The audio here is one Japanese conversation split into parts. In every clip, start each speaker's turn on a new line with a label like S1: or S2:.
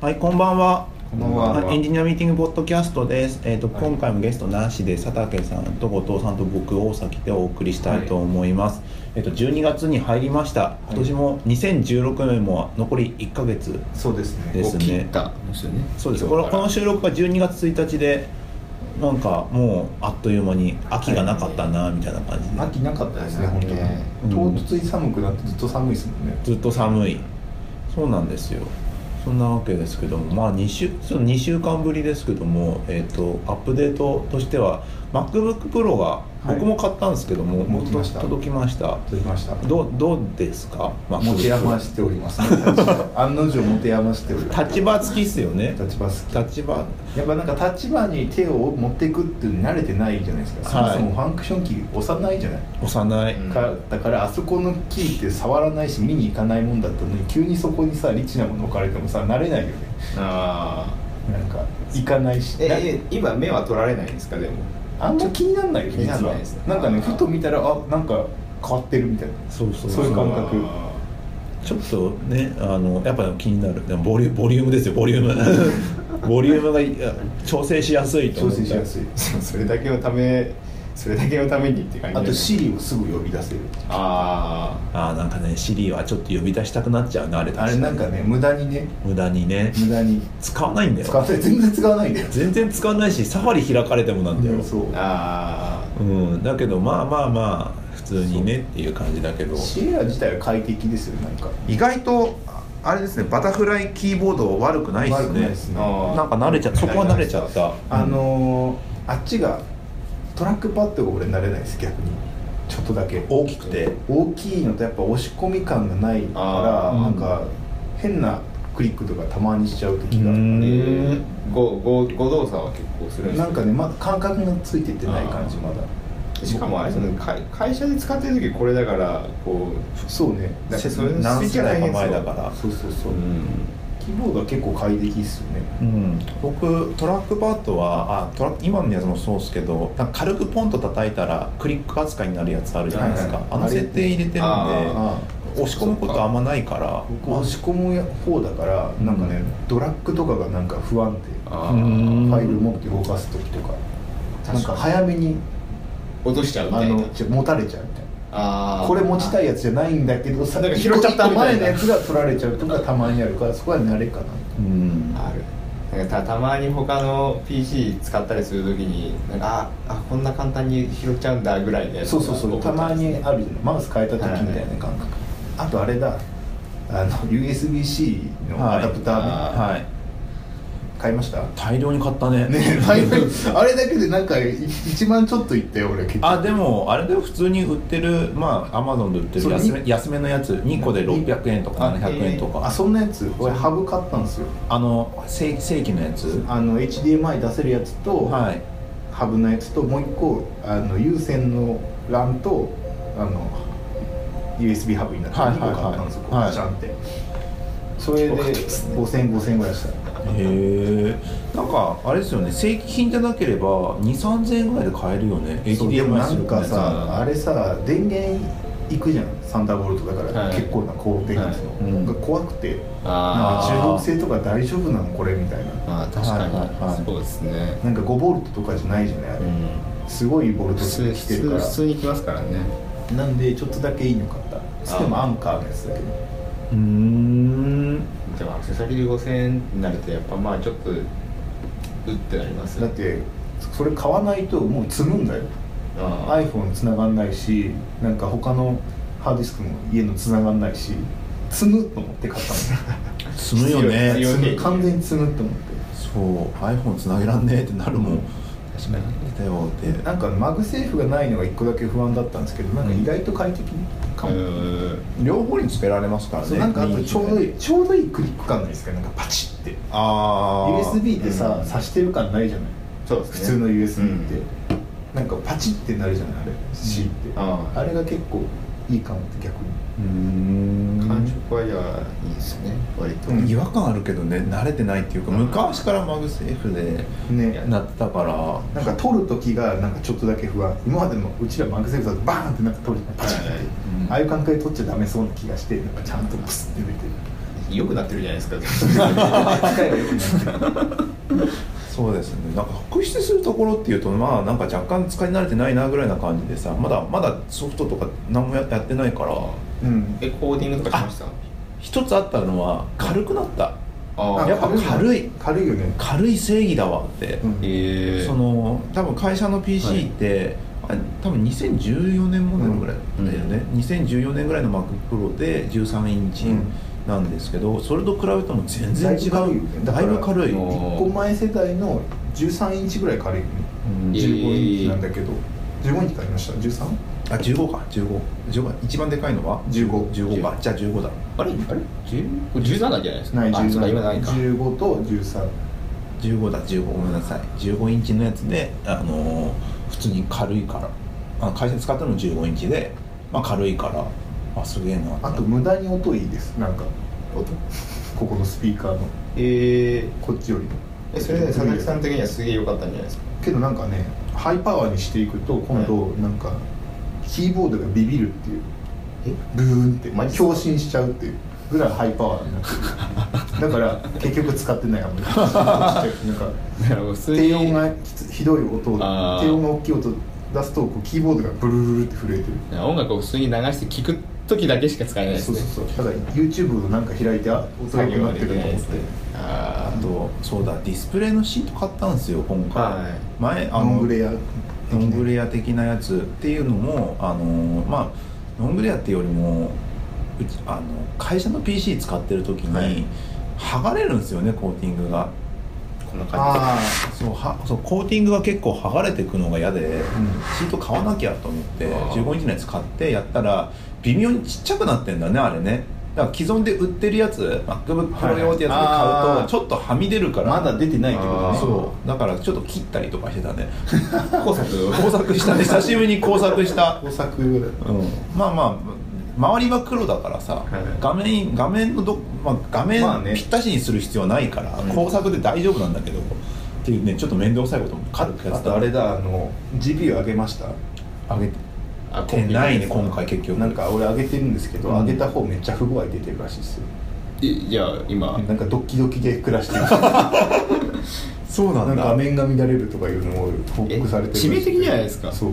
S1: はい、こんばんは。
S2: こんばんは
S1: はいエンジニアミーティングポッドキャストです。えっ、と、
S2: はい
S1: 今回もゲストなしで佐竹さんと後藤さんと僕大崎でお送りしたいと思います。えっ、と12月に入りました。
S2: い
S1: 今年も2016年も残り1ヶ月。
S2: そうですね。
S1: ですね
S2: こう切ったんですよね。
S1: そうです。こ
S2: 今
S1: の
S2: 日か
S1: こ
S2: ら
S1: の収録が12月1日で。なんかもうあっという間に秋がなかったなみたいな感じで、
S2: 秋なかったですね。本当ね。
S1: うん
S2: 唐突に寒くなってずっと寒いですもんね。
S1: ずっと寒いそうなんですよそんなわけですけどもまあ2週その2週間ぶりですけども、えっとアップデートとしては MacBookPro が
S2: はい
S1: 僕も買ったんですけども、
S2: 持ってました
S1: 届きました
S2: 届きました。
S1: どうどうですか
S2: 持て余しており ます、ね。案の定持て余しております。
S1: 立場付きっすよね
S2: 立場好き。
S1: 立場
S2: やっぱなんか立場に手を持っていくっていうのに慣れてないじゃないですか。そも
S1: はい
S2: そもファンクションキー押さないじゃない。
S1: 幼い、
S3: うん
S2: かだからあそこのキーって触らないし見に行かないもんだったのに急にそこにさリッチなもの置かれてもさ慣れないよね
S3: ああ
S2: なんか行かないし
S3: え
S2: な
S3: え今目は取られないんですかでも
S2: あんま気にならないよ
S3: 気に
S2: 実
S3: な
S2: は
S3: んないですね
S2: なんかね
S3: あー
S2: ふと見たらあなんか変わってるみたいな
S1: そうそう
S2: そういう感覚
S3: あ
S1: ちょっとねあのやっぱ気になるでもボリュボリュームですよボリューム ボリュームがいや調整しやすいと
S2: 調
S1: 思った
S2: 整しやすい
S3: ー それだけのためそれだけのためにって感じ
S2: あと
S3: ですね
S2: Siri をすぐ呼び出せる
S3: あ
S1: あーなんかねシリはちょっと呼び出したくなっちゃうねあれ
S2: あれなんかね無駄にね
S1: 無駄にね
S2: 無駄に
S1: 使わないんだ
S2: 使わ
S1: よ
S2: ない全然使わないんだよ
S1: 全然使わないしサファリ開かれてもなんだよ、
S2: そう
S3: ーあ
S1: うん、だけどまあまあまあ普通にねっていう感じだけど
S2: Siri 自体は快適ですよなんか
S1: 意外とあれですねバタフライキーボード悪くない
S2: 悪くないですね
S3: あー
S1: なんか慣れちゃそこは慣れちゃった
S2: あのーあっちがトラックパッドが俺慣れないです逆にちょっとだけ
S1: 大きくて
S2: 大きいのとやっぱ押し込み感がないか
S3: あ
S2: ら
S1: ー
S2: なんか変なクリックとかたまにしちゃう時があ
S1: う
S2: る
S3: ー
S1: ん
S3: えーごごご動作は結構するんです
S2: なんかねまだ感覚がついてってない感じ
S3: あー
S2: まだ
S3: しかもあれですよね会会社で使ってる時これだからこ
S2: そうね
S3: だって
S2: せ
S3: それ
S2: な
S1: 何
S3: スイッチ
S1: 世
S3: が
S1: 代
S3: 大
S1: か
S3: 変
S1: 前だから
S2: そうそうそうう、
S3: ん
S2: キーボードは結構快適っすよね
S1: うん、僕トラックパッドはあトラ今のやつもそうですけどなんか軽くポンと叩いたらクリック扱いになるやつあるじゃないですか、
S2: はいはい
S1: あの設定入れてるんで
S3: あ
S2: あ
S1: 押し込むことあんまないから
S2: 僕押し込む方だからなんかねドラッグとかがなんか不安定
S3: あ
S1: う
S3: ー
S1: ん
S2: ファイル持って動かす時とかなんか早めに
S3: 落としちゃうみ
S2: あ
S3: たいな
S2: のちょ持たれちゃうみたいな
S3: あー
S2: これ持ちたいやつじゃないんだけどさ
S3: なんか拾っちゃったみたいな
S2: 一個前のやつが取られちゃうとかたまにあるからそこは慣れかな
S1: うん
S3: あるなんかたたまに他の PC 使ったりするときになんかああこんな簡単に拾っちゃうんだぐらいで
S2: そうそうそうたまにあるじゃないマウス変えた時みたいな感覚、あとあれだあの USB-C の
S1: はい
S2: アダプターね、
S3: あ
S1: はい
S2: 買いました
S1: 大量に買ったね
S2: ね大概あれだけでなんか1万ちょっといったよ俺結局
S1: あでもあれで普通に売ってるまあアマゾンで売って
S2: そ
S1: る
S2: う
S1: 安め
S2: に
S1: 安めのやつ2個で600円とか
S2: あ
S1: 700円とか
S2: あ
S1: あ,、
S2: そんなやつ俺ハブ買ったんですよ
S1: の正正規のやつ
S2: あの HDMI 出せるやつと、
S1: はい
S2: ハブのやつともう一個あの有線の LAN とあの USB ハブになって
S1: はい
S2: 2個買ったんですよ、
S1: はいはい
S2: ガシャンって、それで5000 5000ぐらいした
S1: へえんかあれですよね正規品じゃなければ23000円ぐらいで買えるよね
S2: そうで
S1: HDMI
S2: もな
S1: する
S2: んか
S3: う
S2: さ
S3: ん
S2: あれさ電源いくじゃんサンダーボルトだから、
S3: はい
S2: 結構な高電源
S3: は
S1: いう
S2: の
S1: ん
S2: が怖くて、なん
S3: あ
S2: か
S3: ー
S2: 中毒性とか大丈夫なのこれみたいな
S3: まあ確かに、
S1: はいはいはい
S3: そうですね、
S2: なんか5ボルトとかじゃないじゃないあれ、すごいボルト
S3: 普通
S2: 来てるか
S3: 普通に来ますからね
S2: らなんでちょっとだけいいの買ったつってもアンカーのやつだけど
S1: うーん
S3: でもアクセサリー5000円になるとやっぱまあちょっとうってなります
S2: だってそれ買わないともう積むんだよ
S3: あ
S2: iPhone 繋がんないしなんか他のハードディスクも家の繋がんないし積むと思って買った
S1: 積むよ
S3: 必
S1: ね
S3: 要
S2: の積む
S3: 必要
S2: 完全に積むと思って
S1: そう iPhone つなげらんねえってなるもん
S3: 確かに
S1: だよって
S2: なんかマグセーフがないのが一個だけ不安だったんですけどなんか意外と快適か
S3: あ
S2: も、
S3: うん
S1: 両方につけられますから
S2: そうなんかあとちょうどいいちょうどいいクリック感ないですかなんかパチって
S1: ああ
S2: USB ってさ、
S3: うん
S2: 挿してる感ないじゃない
S3: そうですね
S2: 普通の USB って、
S3: うん
S2: なんかパチってなるじゃないあれ C って、
S3: あー
S2: あれが結構いいかもって逆に
S1: うーん
S3: 感触はじゃあいいですね割と、
S2: うん
S1: 違和感あるけどね慣れてないっていうか昔からマグセーフで
S2: ね
S1: なってたから
S2: なんか取る時がなんかちょっとだけ不安今までもうちらマグセーフだとバーンってなんか取るパチンって、
S3: はいはい
S1: うん
S2: ああいう感覚で取っちゃダメそうな気がしてなんかちゃんとプスって出てる
S3: 良くなってるじゃないですか 使えば良くなってる
S1: そうですねなんか特筆するところっていうとまあなんか若干使い慣れてないなぐらいな感じでさまだまだソフトとか何もややってないから
S2: うん
S3: えコーディングとかしました
S1: 一つあったのは軽くなった
S3: あ
S1: やっぱ軽い
S2: 軽いよね
S1: 軽い正義だわって、
S2: うん
S3: ええ
S1: その多分会社の PC って、あ多分2014年モデルぐらいだよね、2014年ぐらいの MacPro で13インチ
S2: うん
S1: なんですけど、それと比べても全然違う
S2: だいぶ軽いよね
S1: だ
S2: だか
S1: い
S2: ら
S1: ぶ軽い
S3: もう
S2: 1個前世代の13インチぐらい軽いよね
S1: うん
S2: 15インチなんだけど15インチ買いました 13?
S1: あ15か1515一番でかいのは
S2: 15
S1: 15かじゃあ15だ
S3: あれあれ10これ17じゃないですか
S2: ない
S3: あそうか今ないか
S2: 15と13
S1: 15だ15ごめんなさい15インチのやつで、あのー普通に軽いからあの会社で使ったのも15インチで、まあ、軽いからあすげえな
S2: あと無駄に音いいですなんか音 ここのスピーカーの
S3: え
S2: こっちよりも
S3: えそれで佐々木さん的にはすげえ良かったんじゃないですか
S2: けどなんかねハイパワーにしていくと今度なんかキーボードがビビるっていう
S3: え
S2: ブーンって
S3: マジ
S2: 共振しちゃうっていうぐらいハイパワーになってるだから結局使ってないあんま りなんか低音がきつひどい音を低
S3: あー
S2: 音が大きい音出すとこうキーボードがブルルルルって震えてる
S3: 音楽を普通に流して聴く時だけしか使えないです
S2: そう
S3: ね
S2: そうそうただ YouTube をなんか開いてあ音が良くなってると思って
S3: あ
S1: あ
S3: ー
S1: とそうだディスプレイのシート買ったんですよ今回、
S3: はい
S1: 前あ
S2: ノングレア
S1: ノングレア的なやつっていうのもあのーまあノングレアっていうよりもうちあの会社の PC 使ってる時に、
S3: はい
S1: 剥がれるんですよねコーティングが
S3: こんな感
S2: あ
S1: そうはそうコーティングが結構剥がれてくのが嫌で、シート買わなきゃと思って
S3: あー
S1: 15インチのやつ買ってやったら微妙にちっちゃくなってんだねあれねだから既存で売ってるやつ MacBookPro 用ってやつで買うと、
S2: はいはいあー
S1: ちょっとはみ出るか
S2: あ
S1: ら
S2: まだ出てないけど
S3: あ
S2: ね
S3: ー
S1: そうだからちょっと切ったりとかしてた ね
S3: じ工作
S1: 工作したね久しぶりに工作した
S2: 工作
S1: うん、まあまあ周りは黒だからさ、
S3: い
S1: 画面画面のど、まあ、画面
S2: まあね
S1: ぴったしにする必要はないから、
S3: うん
S1: 工作で大丈夫なんだけどっていうねちょっと面倒くさいことも軽くやっ
S2: あ
S1: て
S2: と
S1: た
S2: あれだあの GPU 上げました
S1: 上げ
S3: あコ
S1: て
S3: ンビ
S1: ないね今回結局
S2: なんか俺上げてるんですけど、
S1: うん
S2: 上げた方めっちゃ不具合出てるらしいですよ
S3: えじゃあ今
S2: なんかドキドキで暮らしてるな
S1: そうなん
S2: ん
S1: だ
S2: か画面が乱れるとかいうのを報告されてるらしくて
S3: え致命的じゃないですか
S2: そう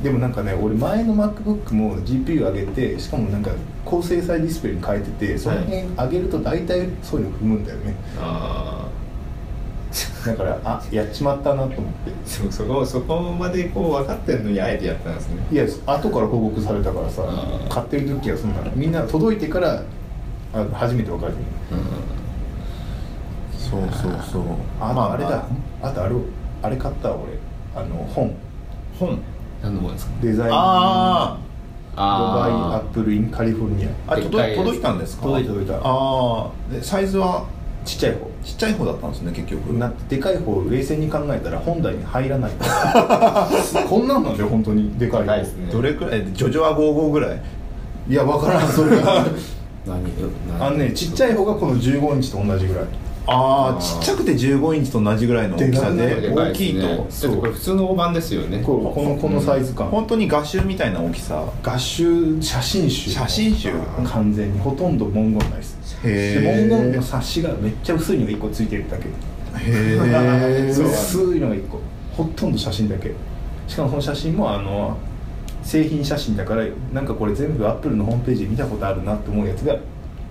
S2: でもなんかね俺前の MacBook も GPU 上げてしかもなんか高精細ディスプレイに変えててその辺上げると大体そういうの踏むんだよね
S3: あ
S2: だからあやっちまったなと思って
S3: ーそそこそこまでこう分かってんのにあえてやったんですね
S2: いや後から報告されたからさ
S3: あー
S2: 買ってる時はそんなのみんな届いてからあ初めて分かるよね
S1: そうそうそう
S2: あ,、
S1: ま
S2: あ、れだあとあれあれ買ったわ俺あの本
S1: 本
S3: 何のもんですか
S2: デザインド
S1: あ
S2: バイアッ
S3: あ
S2: プルインカリフォルニア
S1: ああれ
S3: でっか
S1: 届い届
S3: いやつ
S1: いたんですか
S2: 届いた届いた
S1: ああでサイズは
S2: ちっちゃい方
S1: ちっちゃい方だったんですね結局
S2: なでかい方冷静に考えたら本体に入 らないこんなんなんだよ本当にでかい
S3: な
S2: 方
S3: いですね
S1: どれくらいジョジョは55ぐらい
S2: いや分からんそれが
S3: あ何
S2: あのねちっちゃい方がこの15インチと同じぐらい
S1: あ
S3: あ
S1: あ
S3: ー
S1: ちっちゃくて15インチと同じぐらいの大きさ
S2: でか
S1: で
S2: い
S1: 大きいと
S3: そうこれ普通の大判ですよね
S2: こうこのこのサイズ感、
S1: 本当に画集みたいな大きさ
S2: 合集写真集
S1: 写真集
S2: 完全にほとんど文言ないです
S1: へー
S2: で文言の冊子がめっちゃ薄いのが1個ついてるだけ
S1: へ
S3: そう
S2: 薄いのが1個ほとんど写真だけしかもその写真もあの製品写真だからなんかこれ全部アップルのホームページで見たことあるなって思うやつが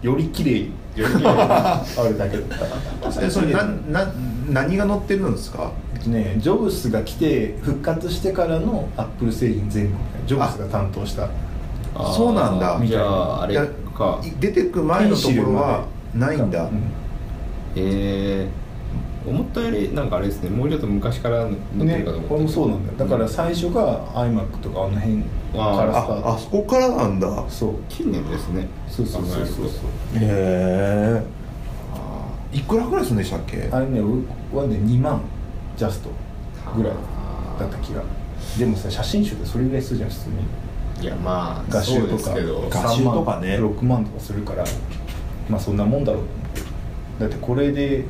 S2: より綺麗より綺麗なあれだけだっ た
S1: えそれなな何が載ってるんですか
S2: ねジョブスが来て復活してからのアップル製品全部ジョブスが担当した
S3: あー
S1: そうなんだ
S3: じゃああれ
S1: いや
S3: か
S1: い出てく前のところはないんだ、
S2: うん
S3: えー、思ったよりなんかあれですねもうちょっと昔から乗って
S2: ね
S3: るかと思って
S2: これもそうなんだよだから最初が iMac とかあの辺からスター
S1: ああ
S2: ト
S1: そこからなんだ
S2: そう
S3: 近年ですね
S2: そうそうそうそう
S3: 考
S1: へえいくらぐらいするんでしたっけ
S2: あれね俺はね2万ジャストぐらいだった気がでもさ写真集でそれぐらいするじゃん普通に
S3: えるといやまあ
S2: 画集と
S3: そ
S2: か
S3: うですけど
S1: 画集とかね
S2: 3万6万とかするからまあそんなもんだろうだってこれで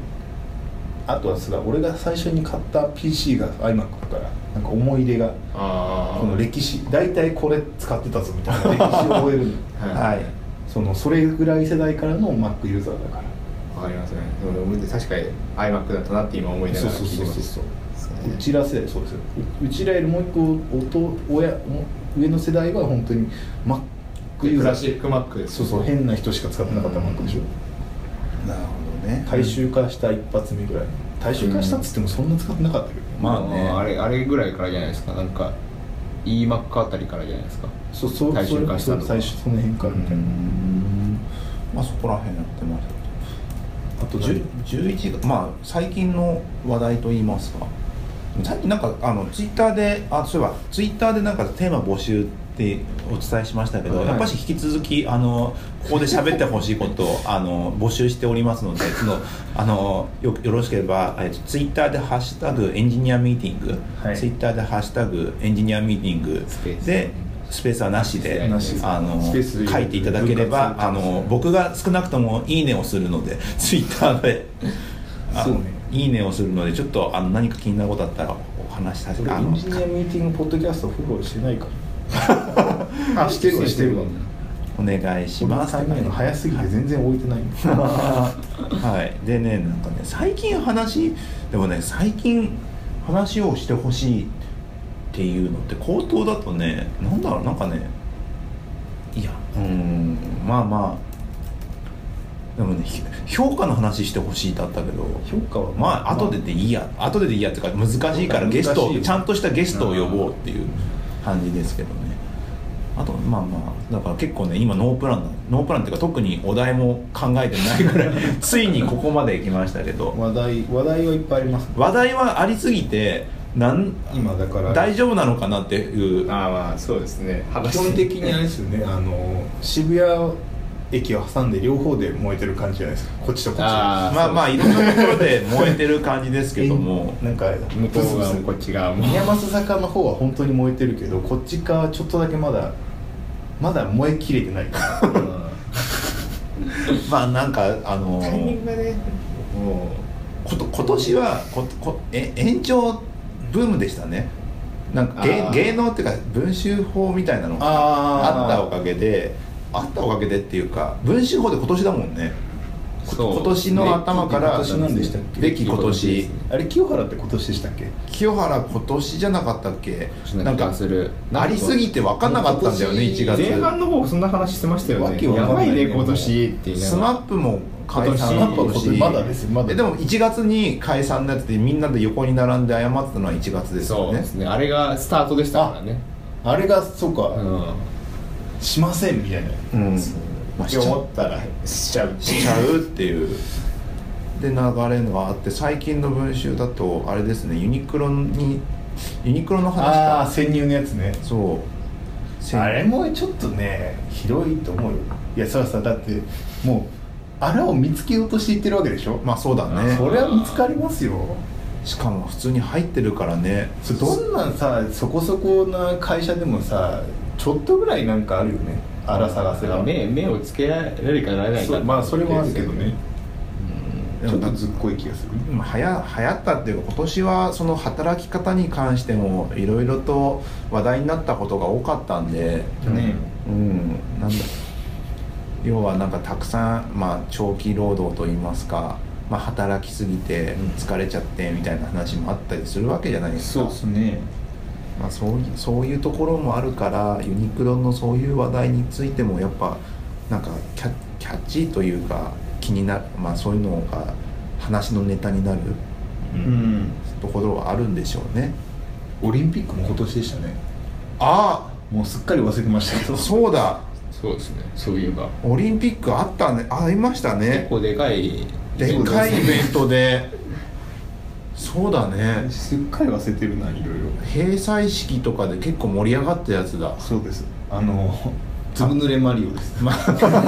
S2: あとはさ俺が最初に買った PC が iMac だからなんか思い出が
S3: ああ
S2: この歴史大体これ使ってたぞみたいな歴史を覚える
S3: はい
S2: はい、そのそれぐらい世代からの Mac ユーザーだから
S3: わかりますねでもでも確かに iMac だったなって今思いながら聞いてます
S2: そう
S3: そう
S2: うちら世代そうですよううちらよりもう一個おと親も上の世代は本当に Mac ユー
S3: ク
S2: ザ
S3: ラ
S2: ー
S3: シック Mac です
S2: そうそう変な人しか使ってなかった Mac でしょ、
S4: なるほどね
S2: 大衆化した一発目ぐらい大衆化したっつってもそんな使ってなかったけど、
S3: まあ
S4: まあね
S3: あれあれぐらいからじゃないですかなんか eMac あたりからじゃないですか
S2: そうそう
S3: 大衆化したの
S2: それそう最初その辺からみたいな、
S3: う
S1: うんまあそこら辺やってましたあと10 11まあ最近の話題といいますか最近なんかあのツイッターであそういえばツイッターでなんかテーマ募集ってお伝えしましたけど、
S2: はい
S1: やっぱり引き続きあのここで喋ってほしいこと をあの募集しておりますのでそのあのよよろしければ、えっと、ツイッターで「ハッシュタグエンジニアミーティング」
S2: はい
S1: ツイッターで「ハッシュタグエンジニアミーティング
S3: スペー」ス
S1: でスペースはなしで
S3: なしです
S1: あの
S2: スペース
S1: 書いていただければあの僕が少なくとも「いいね」をするのでツイッターであ
S2: そうね
S1: いいね」をするのでちょっとあの何か気になることあったらお話しさせて
S2: 俺
S1: あ
S2: エ
S1: の
S2: ンジニアミーティングポッドキャストフォローしてないからあしてるわしてるわ
S1: お願いし
S2: この
S1: ます
S2: 3人の早すぎて全然置いてないんだ
S1: はいでねなんかね最近話でもね最近話をしてほしいっていうのって口頭だとねなんだろうなんかねいやうーんまあまあでもねひ評価の話してほしいだったけど
S2: 評価は
S1: まあ後ででいいや後ででいいやっていうか難しいからゲスト
S2: 難しいよ
S1: ちゃんとしたゲストを呼ぼうっていう感じですけどねあとまあまあだから結構ね今ノープランなノープランっていうか特にお題も考えてない ぐらいついにここまで来ましたけど
S2: 話題話題はいっぱいあります
S1: 話題はありすぎてなん
S2: 今だから
S1: 大丈夫なのかなっていう
S3: ああまあそうですね
S2: 基本的にあれですよねあの渋谷駅を挟んで両方で燃えてる感じじゃないですかこっちとこっち
S3: あ
S1: まあまあいろんなところで燃えてる感じですけど も
S2: えなんか
S3: 向こう側もこ
S2: ブ
S3: っ
S2: スブス
S3: ち側も
S2: 宮益坂の方は本当に燃えてるけどこっち側はちょっとだけまだまだ燃えきれてない
S1: まあなんかあの
S3: タイミングがねも
S1: こと今年はここえ延長ブームでしたねなんか芸
S3: あー
S1: 芸能っていうか文集法みたいなのがあ
S2: あー
S1: ったおかげであったおかげでっていうか文集法で今年だもんね
S3: う
S1: こ
S3: そう
S1: 今年の頭から
S2: 今年なんでしたっけ
S1: でき今年
S2: あれ清原って今年でしたっけ
S1: 清原今年じゃなかったっけ
S3: な
S1: なんん
S3: か
S1: か
S3: する
S1: ありすぎて分かんなかったんだよね1月
S3: 前半の方そんな話してましたよ
S2: わ
S3: ね
S2: けわか
S3: や
S2: んな
S3: ば
S2: い
S3: い
S2: ね
S3: ね今年って言いな
S1: ス
S3: が
S1: マ
S3: ら
S1: ップも解散
S3: 今年
S1: 今年
S2: まだですよまだ
S1: えでも1月に解散のやつでみんなで横に並んで謝ってたのは1月です
S3: そ
S1: よ
S3: うで
S1: ね
S3: すねあれがスタートでしたからね
S2: あれがそうか、
S3: うん
S2: しませんみたいな
S1: うんまあ
S2: って思ったら
S3: しちゃう
S1: しちゃうっていうで流れがあって最近の文集だとあれですねユニクロにユニクロの話
S2: ああ
S1: か
S2: 潜入のやつね
S1: そうせん
S2: あれもちょっとね広いと思うよいやそらさだってもうあれを見つけようとしていってるわけでしょ、
S1: まあそうだね
S2: それは見つかりますよ
S1: しかも普通に入ってるからね
S2: それどんなんさそこそこな会社でもさちょっとぐらいなんかあるよねあら探せが
S3: 目目をつけられるかならない
S2: そ
S3: か
S2: うまあそれもあるけどね
S1: で
S2: ち
S1: も
S2: ょっ
S1: な
S2: と
S1: んか
S2: ずっこい気がする
S1: まあ、はや流行ったっていうか今年はその働き方に関してもいろいろと話題になったことが多かったんで
S2: ね
S1: うんなんだ要はなんかたくさん、まあ、長期労働といいますか、まあ、働きすぎて疲れちゃってみたいな話もあったりするわけじゃないですか、
S2: すね
S1: まあ、そういそういうところもあるからユニクロのそういう話題についてもやっぱなんかキャキャッチーというか気になる、まあ、そういうのが話のネタになる
S2: うん
S1: ところはあるんでしょうね
S2: オリンピックも今年でしたね
S1: あ
S2: もうすっかり忘れてましたけど
S1: あそうだ
S3: そうですねそういえば
S1: オリンピックあったねありましたね
S3: 結構でかい
S1: でっかいイベントでそうだね
S2: すっかり忘れてるないろいろ
S1: 閉祭式とかで結構盛り上がったやつだ
S2: そうですあのずぶ濡れマリオです
S1: ま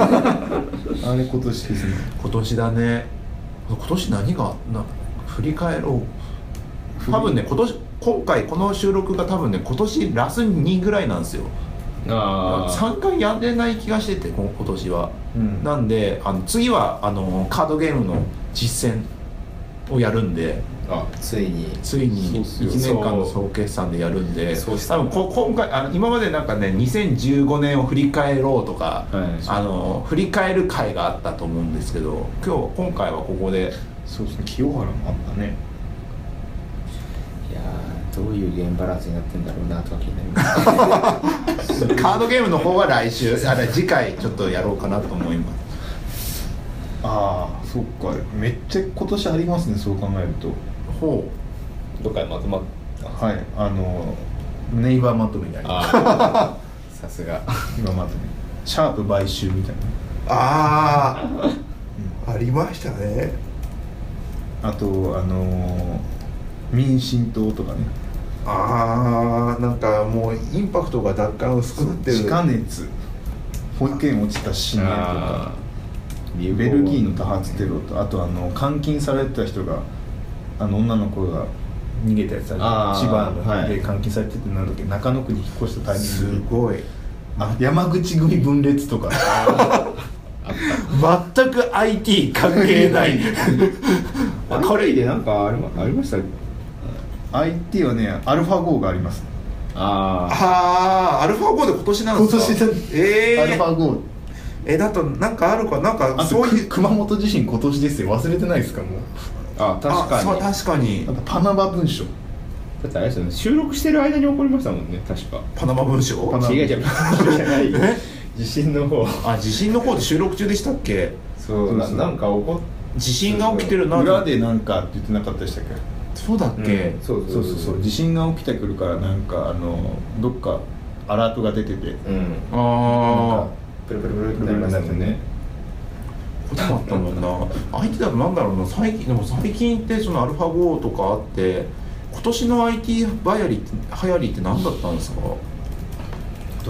S2: あれ今年ですね
S1: 今年だね今年何がな振り返ろう多分ね今年今回この収録が多分ね今年ラス2ぐらいなんですよ
S3: ああ
S1: 3回やれない気がしててこ今年は、
S2: うん
S1: なんであの次はあのカードゲームの実践をやるんで
S2: あ
S3: ついに
S1: ついに
S2: そう
S1: 1
S2: っす
S1: 年
S2: よ
S1: 間の総決算でやるんで
S3: そうっす
S1: 多分こ今回あの今までなんかね2015年を振り返ろうとか、
S2: はい
S1: あの振り返る回があったと思うんですけど今日今回はここで
S2: そうですね清原もあったね
S3: いやーどういうゲームバランスになってんだろうなとか気になります
S1: カードゲームの方は来週あれ次回ちょっとやろうかなと思います
S2: ああそっかめっちゃ今年ありますねそう考えると
S1: ほ
S3: どっかでまとまっ
S2: はいあのネイバーまとめになります
S3: あー さすが
S2: 今まとめシャープ買収みたい
S4: ああありましたね
S2: なあとあのー民進党とかね
S4: ああなんかもうインパクトが若干薄くなってる
S2: 地下熱保育園落ちたシニアとか
S3: 流行
S2: ベルギーの多発テロとあとあの監禁されてた人があの女の子が逃げたやつあ
S3: あー
S2: る千葉
S3: は
S2: の
S3: い
S2: で監禁されててなんだっけ中野区に引っ越したタイミ
S4: す
S2: ング
S4: ごい
S2: あ山口組分裂とか
S1: 全く IT 関係ない
S3: カレイでなんかありまありました
S2: IT はねアルファ号があります
S3: あ
S4: ああアルファ5で今年なんですか
S2: 今年だ
S4: え
S2: アルフ
S4: ー、
S2: ァ号
S4: えだとなんかあるかなんか
S2: あ
S4: そ
S2: と
S4: ういう
S2: く熊本地震今年ですよ忘れてないですかもう
S3: あ確か
S4: あ
S3: に
S4: そう確かに
S2: あとパナマ文書
S3: だってあれですよね収録してる間に起こりましたもんね確か
S4: パナマ文書
S2: パナマ
S3: 違う違うじゃない 地震の方
S1: あ地震の方で収録中でしたっけ
S3: そうななんか起こ
S1: 地震が起きてるな
S2: 裏でなんかって言ってなかったでしたっけ
S1: そうだっ
S3: っ
S1: け、
S3: うんそう
S2: そうそうそう地震が起きてくるからなんかあのどっかアラートが出てて
S3: うん
S1: ああ
S3: プルプルプルっ
S2: ブ
S3: て
S2: ル
S3: なり
S2: ブル
S3: ま
S2: にな
S3: す
S2: っ
S3: も
S2: て
S3: んね
S2: ね
S1: こともあったもんな相手だとなんだろうな最近でも最近ってそのアルファ5とかあって今年の IT バヤリって流行りって何だったんですか
S2: 今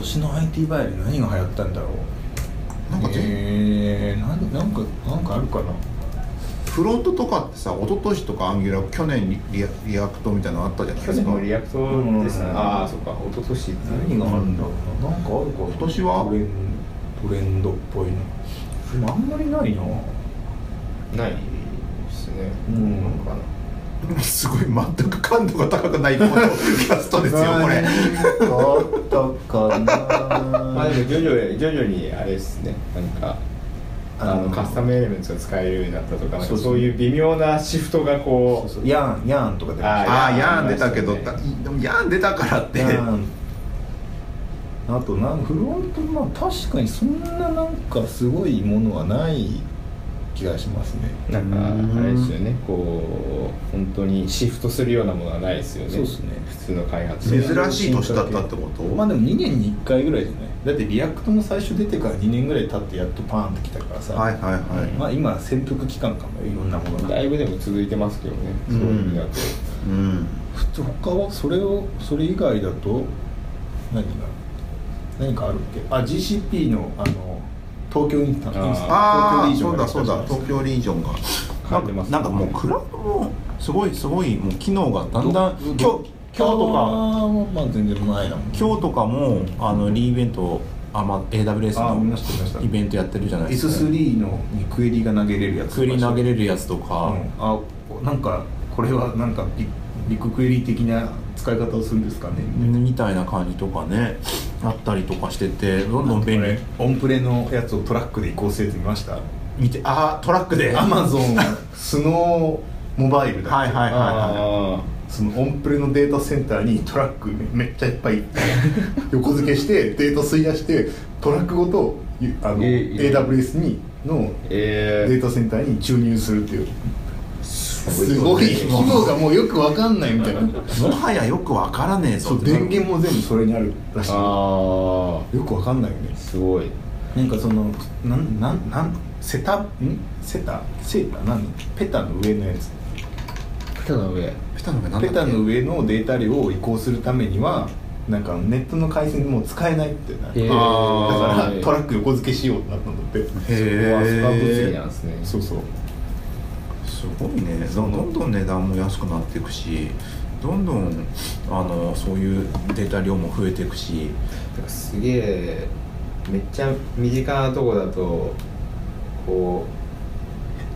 S2: 年の IT バイル何が流行ったんだろう
S1: なんかぜ
S2: えー、なんなんかなんかあるかな
S1: フロントとかってさ一昨年とかアンギュラー去年にリアリアクトみたいなのあったじゃない
S3: 去
S1: です
S3: 年
S1: か
S3: もリアクトですね
S2: うん
S3: ああそっか一昨年
S2: 何があるんだろうななんかあるか
S1: 今年は
S2: トレントレンドっぽいなでもあんまりないな
S3: ないですね
S2: うん
S3: なんかな
S1: すごい全く感度が高くない このキャストですよこれ
S2: あったか
S3: ま
S2: な
S3: あでも徐々に徐々にあれですねなんかあのカスタムエレメンツが使えるようになったとかなん
S2: そ
S3: か
S2: うそう
S3: そういう微妙なシフトがこう
S2: そうそうヤンヤンとかで
S3: あ
S1: ああヤ
S3: ヤ
S1: ー
S3: ー
S1: ン
S3: ン
S1: 出たけど
S3: 出ました
S1: でもヤーン出たからって
S2: うんあとなんフロントまあ確かにそんななんかすごいものはない気がしますね
S3: なんかあれですよねこう本当にシフトするようなものはないですよね
S2: そうっすね
S3: 普通の開発
S1: 珍しい年だったってこと
S2: まあでも2年に1回ぐらいじゃないだってリアクトも最初出てから2年ぐらい経ってやっとパーンってきたからさ、
S1: はいはいはい、
S2: まあ今潜伏期間かもいろんなものが
S3: だいぶでも続いてますけどね
S1: う
S3: そ
S1: ん
S3: ういう意味だと
S1: うん
S2: ふと他はそれをそれ以外だと何が何かあるっけあ GCP のあの東京インスタ
S3: あー
S2: インスタ
S1: ああ
S2: 東京リージョ
S1: そ
S2: ン
S1: う
S2: が
S1: だ
S2: で
S1: そうだ
S2: きたじゃないですか
S1: 東京リージョンが
S3: 変わってますね
S1: なんかもうクラブもすごいすごいもう機能がだんだん今日今日とか
S2: あーまあ全然前だもん
S1: 今日とかもあのリイベントあ、まあ、
S2: あ見
S1: AWS
S2: ました見ました
S1: のイベントやってるじゃないですか、
S2: S3 のにクエリが投げれるやつ
S1: クエリ投げ
S2: る
S1: れるやつとか、
S2: あなんかこれはなんかビビッグクエリ的な使い方をするんですかね
S1: みたいな感じとかねあったりとかしててどんどん便
S2: これ
S1: 利
S2: オンプレのやつをトラックで移行せず見ました
S1: 見てああトラックで
S2: アマゾンスノーモバイルだ
S1: はいはいはいは
S3: あ
S2: そのオンプレのデータセンターにトラックめっちゃいっぱい横付け してデータ吸い出してトラックごとゆあの、
S3: えー
S2: AWS にの
S3: ーえ
S2: デー
S3: ー
S2: タセンターに注入するっていうす
S1: ご
S2: ご
S1: い
S2: い規 模がもうよくわかんないみたいな
S1: いもはやよくわからねえぞ
S2: そ
S1: っ
S2: う
S1: て
S2: 電源も全部それにあるらしいよ
S3: あ
S2: くわかんないよね
S3: あすごい
S2: なんかそのなんなんなんセタんセタセタ何ペタの上のやつ
S3: ペタの上
S1: ペタの上なんだっけ
S2: ペタの上のデータ量を移行するためにはなんかネットの回線もう使えないってなって
S3: へ
S2: だ
S3: ー
S2: からトラック横付けしようってなったんだって
S1: へー
S3: そこはスカ物理なんですね
S2: そうそう
S1: すごいねどんどんどん値段も安くなっていくしどんどんあのそういうデータ量も増えていくし
S3: なんかすげえめっちゃ身近なとこだとこ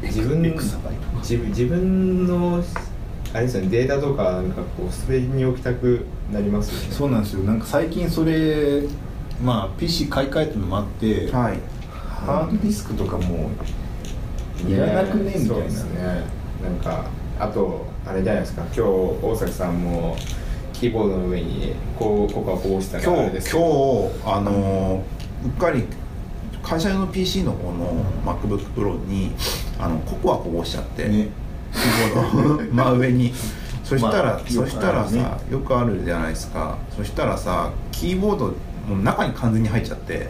S3: う自分
S2: エクサバイブ
S3: 自分自分のあれですよねデータとかなんかこうそれに置きたくなりますよね
S2: そうなんですよなんか最近それまあ PC 買い替えたのもあって、
S4: はい
S2: ハードディスクとかもうい
S3: ね
S2: らなくねみた
S3: そう
S2: い
S3: ですね
S2: な
S3: なんかあとあれじゃないですか今日大崎さんもキーボードの上にこうここはこうした
S1: 今日
S3: からあれ
S1: 今
S3: です
S1: 日
S3: けど
S1: あのーうっかり会社用の PC の方の MacBookPro にあのココアこぼしちゃって、
S2: ね
S1: キーボードの 真上にそしたら、
S2: まあよくあるね
S1: そしたらさよくあるじゃないですかそしたらさキーボードもう中に完全に入っちゃって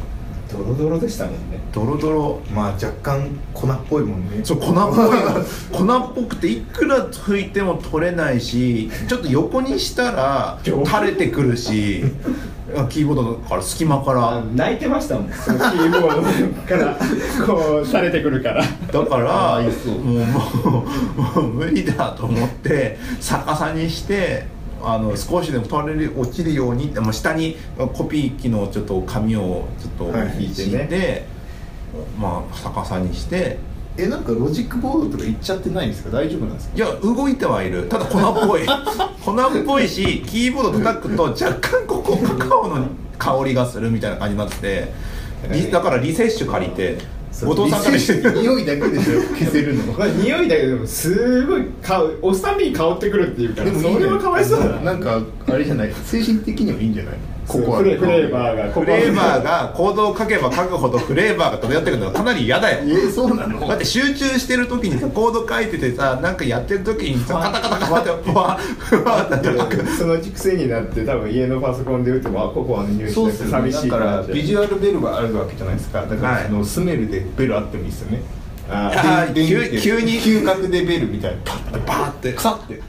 S3: ドロドロでしたもんね
S1: ドロドロ
S2: まあ若干粉っぽいもんね
S1: そう粉っぽ い粉っぽくていくら拭いても取れないしちょっと横にした ら垂れてくるしキーボードから隙間から
S3: 泣いてましたもんそのキーボードからこうされてくるか
S1: だ
S3: ら
S1: か
S2: あ
S1: ら
S2: ーいいっす
S1: もうもうもう無理だと思って逆さにしてあの少しでも取れる落ちるようにってもう下にコピー機のちょっと紙をちょっと
S2: はい
S1: 引いて,、
S3: 引いて
S1: まあ逆さにして
S2: えなんかロジックボードとかいっちゃってないんですか大丈夫なんですか
S1: いや動いてはいるただ粉っ ぽい粉っぽいしキーボード叩くと若干ここカカオの香りがするみたいな感じになっててリだからリセッシュ借りて後藤さんから
S2: リセッシュ匂いだけで しょ消せるの
S3: まあ匂いだけでもすごい香る押すたびに香ってくるっていうから
S2: いいんじゃ
S3: そ
S2: ない
S3: れはかわいそうだな
S2: なんかあれじゃない精神的にはいいんじゃない
S3: そうフレフレーバーが
S1: フレーバーが行動を書けば書くほどフレーバーが漂ってくるのがかなり嫌だ
S2: え
S1: よ
S2: そうなの
S1: だって集中してる時にさコード書いててさなんかやってる時にさカタカタカタってふわふわって叩く
S3: そのうち癖になって多分家のパソコンで打ってもあここは匂いし
S2: そう
S3: な
S2: っ
S3: く
S2: す
S3: て
S2: よね
S3: 寂しい
S2: だからビジュ
S3: ュ
S2: アルベルはあるわけじゃないですかだから、
S1: はい
S2: あのスメルでベルあってもいいですよね
S3: あ
S1: あー
S2: 電
S1: 急
S2: 電
S1: 急に
S2: 嗅覚でベルみたいなパッて
S1: バーって
S2: 腐って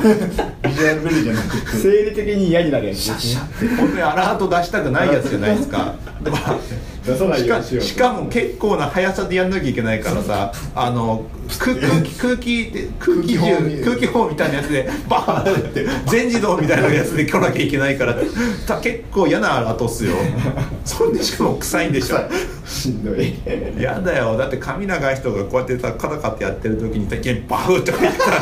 S2: ビジュアルベルじゃなくて
S3: 生理的に嫌になるやつ
S1: シャッ
S3: です
S1: シ
S3: ね
S1: ャッって本当にアラート出したくないやつじゃないですかだから
S3: 出さない
S1: し
S3: よう
S1: か
S3: にしよう
S1: しかも結構な速さでやんなきゃいけないからさあの空空気空気って空気
S2: 空気砲み
S1: 銃空気砲みたいなやつでバーンって全自動みたいなやつで来なきゃいけないからた結構嫌なアラートっす よそんでしかも臭いんでしょ
S3: しんどい
S1: 嫌だよだって髪長い人がこうやってさカタカタやってる時にいきなりバフッとか言ったら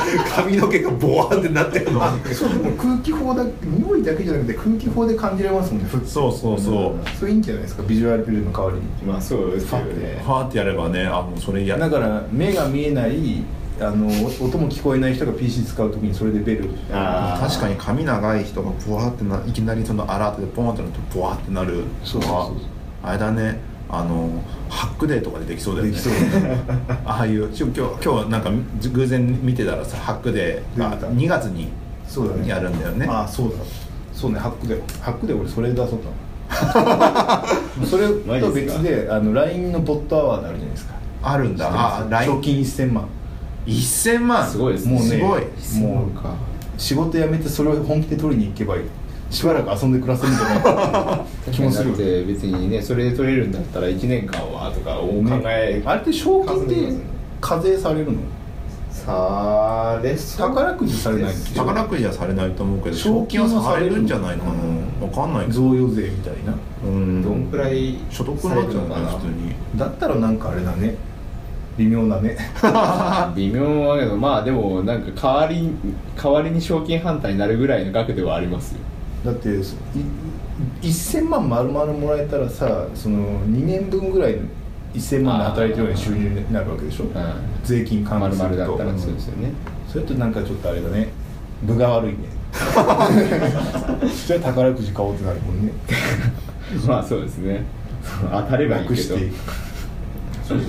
S1: 髪の毛がボワーってなってるの
S2: あそうでも空気砲だ匂いだけじゃなくて空気砲で感じられますもんねふっ
S1: そうそうそう、
S2: それいいんじゃないですかビジュアルベルの代わりに
S3: まあそうですよね
S1: ファーってやればねあもうそれや
S2: だから目が見えないあの音も聞こえない人が PC 使うときにそれでベル
S3: あー
S1: 確かに髪長い人がボワーってないきなりそのアラートでポーンってなるとボワーってなる
S2: そうそうそうそう
S1: ああれだねあのハックデーとかでできそうだよね
S2: できそう
S1: ああいうちょ今日今日なんか偶然見てたらさハックデーが
S2: 出てた
S1: 2月に
S2: そうだね
S1: やるんだよね
S2: ああそうだそうねハックでハックで俺それ出そうと思うそれ
S3: マ
S2: と
S3: ジですか
S2: 別であの LINE のボットアワードあるじゃないですか
S1: あるんだああ
S2: 賞
S1: LINE
S2: 金1000万
S1: 1000万
S3: すごいです
S1: も
S2: も
S1: う
S2: う
S1: ね
S2: ね
S1: すごい
S2: もう仕事辞めてそれを本気で取りに行けばいいしばらく遊んで暮らせるんじゃないかな気もする
S3: だって別にねそれで取れるんだったら1年間はとかを考え、
S2: ねあれって賞金
S3: 数え
S2: で
S3: ますね
S2: 課税されるの
S3: さあで
S2: 宝くじされないんですよ
S1: 宝くじはされないと思うけど賞
S2: 賞
S1: 金
S2: 金は
S1: は
S2: され
S1: さ
S2: る
S1: れるんじゃないかなわかんないけど
S2: 贈与税みたいな
S1: うん
S3: どんくらい
S1: 所得になっちゃうんだよ普通に
S2: だったらなんかあれだね微妙だね
S3: 微妙だけどまあでもなんか代わりに代わりに賞金反対になるぐらいの額ではありますよ
S2: だってそい1000万丸々もらえたらさその2年分ぐらいの1000万で働いてるような収入になるわけでしょ、
S3: ん
S2: 税金換
S3: ま
S2: 算
S3: る
S2: す
S3: まる
S2: る
S3: だ
S2: と
S3: ったらそうですよね、
S2: それとなんかちょっとあれだね分が 悪いねじゃあ宝くじ買おうってなるもんね
S3: まあそうですね当たればいいけ
S2: 楽し
S3: ど
S2: ていく
S1: そうそうそう。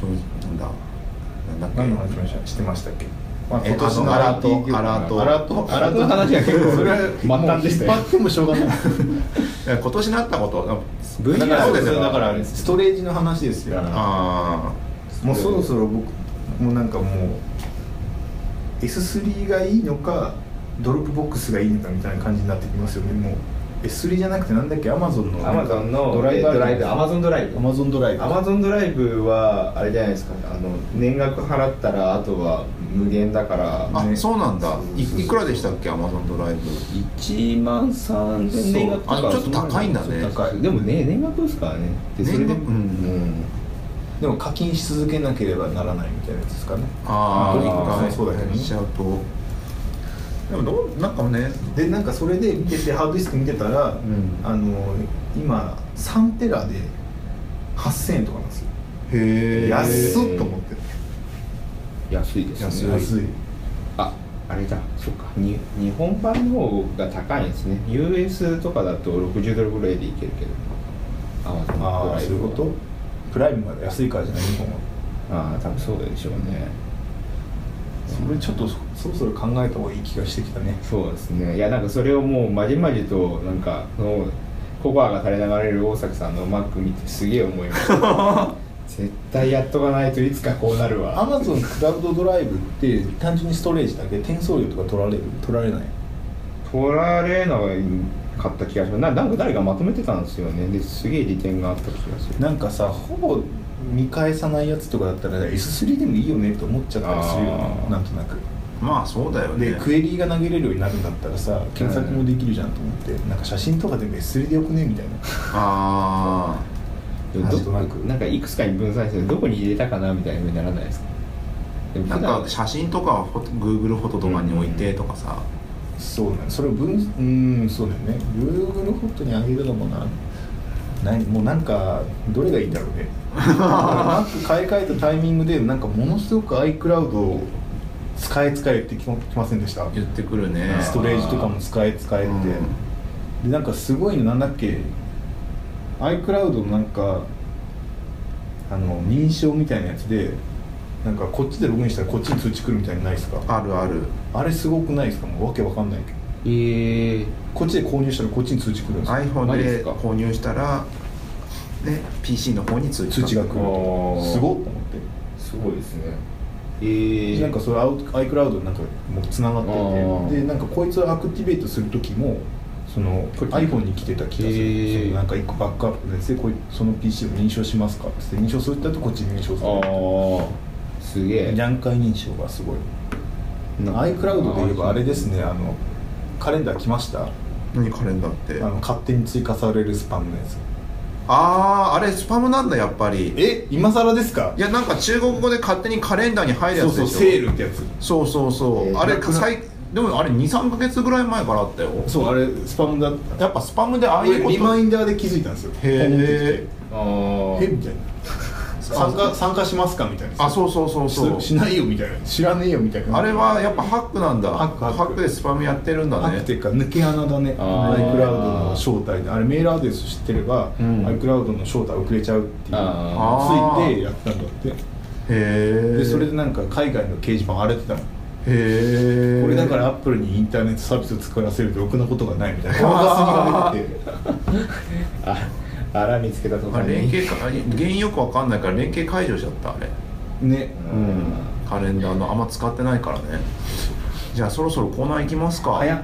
S1: そうなんだ。なんだ
S2: 何の
S1: っ
S2: 話しましたしてましたっけ、ま
S1: えっとあ
S2: 今
S1: のアラート
S2: アラート
S1: ア
S2: ア
S1: ラー
S2: ラー
S1: ト
S2: ト
S3: の話が結構
S2: それは
S3: 末端でしたよ
S2: もう引っ張ってもしょうがない
S1: け？いや今年なったこと。
S2: だか
S1: VR
S2: ら
S1: そうですよ。
S2: だからあれですストレージの話ですよ
S1: あ
S2: もうそろそろ僕もうなんかもう S3 がいいのかドロップボックスがいいのかみたいな感じになってきますよねもう S3 じゃなくてなんだっけ Amazon の
S3: アマゾンの
S2: ドライバー
S3: ドライブアマゾンドライブ
S2: Amazon ドライブ
S3: アマゾンドライブはあれじゃないですかあの年額払ったらあとは無限だから
S1: あ。あ
S2: ね
S1: そうなんだ。い
S2: そうそうそう
S1: いくらでしたっけ Amazon ドライブ？
S3: 1万3000
S1: そう
S3: 年額とか
S1: あちょっと高いんだね
S3: そう高いでもね年額ですからねで
S1: 年
S3: それで
S1: 額う
S3: うんん
S2: でも課金し続けなければならないみたいなやつですかね
S1: あ
S2: ま
S1: ー
S2: ドリンク
S1: あー
S2: もそうだけどね
S4: しちゃうと
S1: でもどうなんかね
S2: でなんかそれで見ててハードディスク見てたら、
S4: ん
S2: あの今3テラで8000円とかなんですよ
S4: へえ
S2: 安っと思って
S3: 安いですね
S2: 安い
S3: ああれだそっかに日本版の方が高いんですね US とかだと60ドルぐらいでいけるけどあ
S2: ああそういうことプライムが安いからじゃない日本は
S3: ああ多分そうでしょうね
S2: それちょっとそそろそろ考えた方がいい気がしてきたね
S3: そうですねいやなんかそれをもうまじまじとなんかそのココアが垂れ流れる大崎さんのマック見てすげえ思いました 絶対やっとかないといつかこうなるわ
S2: Amazon クラウドドライブって単純にストレージだけ転送料とか取られる取られない
S3: 取られなかった気がしますななんか誰かまとめてたんですよねですげえ利点があった気がする
S2: なんかさほぼ見返さないやつとかだったら S3 でもいいよねと思っちゃったりするよね
S3: あー
S2: なんとなく
S1: まあそうだよね
S2: でクエリが投げれるようになるんだったらさ検索もできるじゃんと思って、なんか写真とかでも S3 でよくねみたいな
S1: あ
S3: でもど
S2: なんとなく
S3: なんかいくつかに分散してどこに入れたかなみたいなふうにならないですかでも
S1: あな
S3: 普
S1: ん
S3: 段
S1: か写真とかはフォト Google フォトとかに置いてとかさ、
S2: そうなんそれを分うんそうだよね Google フォトにあげるのもなないもうなんかどれがいいんだろうねなんか買い替えたタイミングでなんかものすごく iCloud を使え使えってきまきませんでした
S1: 言ってくるね
S2: ストレージとかも使え使えって、でなんかすごいのなんだっけ iCloud のなんかあの認証みたいなやつでなんかこっちでログインしたらこっちに通知来るみたいなのないですか
S1: あるある
S2: あれすごくないですかもうわけわかんないけど
S3: えー、
S2: こっちで購入したらこっちに通知来るんですよ
S1: iPhone
S3: マジっ
S1: です
S3: か
S1: 購入したら、ね、PC の方に通知
S2: 通知が来る
S3: あー
S2: すごっと思って、
S3: すごいですねえー、
S2: なんかそれアウト iCloud なんかもうつながっ
S3: あー
S2: ててでなんかこいつをアクティベートする時もその
S3: これ
S2: iPhone に来てた気がする、
S3: へー
S2: そのなんか一個バックアップのやつでこいその PC を認証しますかって言って認証するってやつとこっちに認証する
S3: ああすげえ
S2: 段階認証がすごい
S3: なんか
S2: iCloud で言えばあれですねあのカレンダー来ましたあ
S1: 何カレンダーって
S2: の勝手に追加されるスパムのやつ
S1: あああれスパムなんだやっぱり
S2: え今更ですか
S1: いやなんか中国語で勝手にカレンダーに入るや
S2: そう
S1: つでし
S2: そ
S1: ょ
S2: うセールってやつ
S1: そうそうそう、
S3: えー
S1: あれ
S2: なくな
S1: 最でもあれ23か月ぐらい前からあったよ
S2: そうあれスパムだった
S1: やっぱスパムでああいうこ
S2: 俺リマ
S1: と
S2: インダーで気づいたんですよ
S1: へー
S2: ホームページでえみた
S3: あー
S2: いな参加参加しますかみたいな
S1: あそうそうそうそう
S2: ししないよみたいな知らねえよみたいな
S1: あれはやっぱハックなんだ
S2: ハックハック
S1: でスパムやってるんだ
S2: あ
S1: ね
S2: っていうか抜け穴だね
S3: あー
S2: iCloud の正体であれメールアドレス知ってれば、
S1: うん
S2: iCloud の正体遅れちゃうっていう
S3: あ
S1: ー
S2: ついてやったんだって
S1: へえ
S2: でそれでなんか海外の掲示板荒れてたの
S1: へえ
S2: これだからアップルにインターネットサービスを作らせるとろくなことがないみたいな
S1: あー
S2: が出てて
S3: ああら見つけたとか
S1: あ連携かあ原因よくわかんないから連携解除しちゃったあれ
S2: ね
S1: うんカレンダーのあんま使ってないからねじゃあそろそろコーナー行きますか
S2: 早っ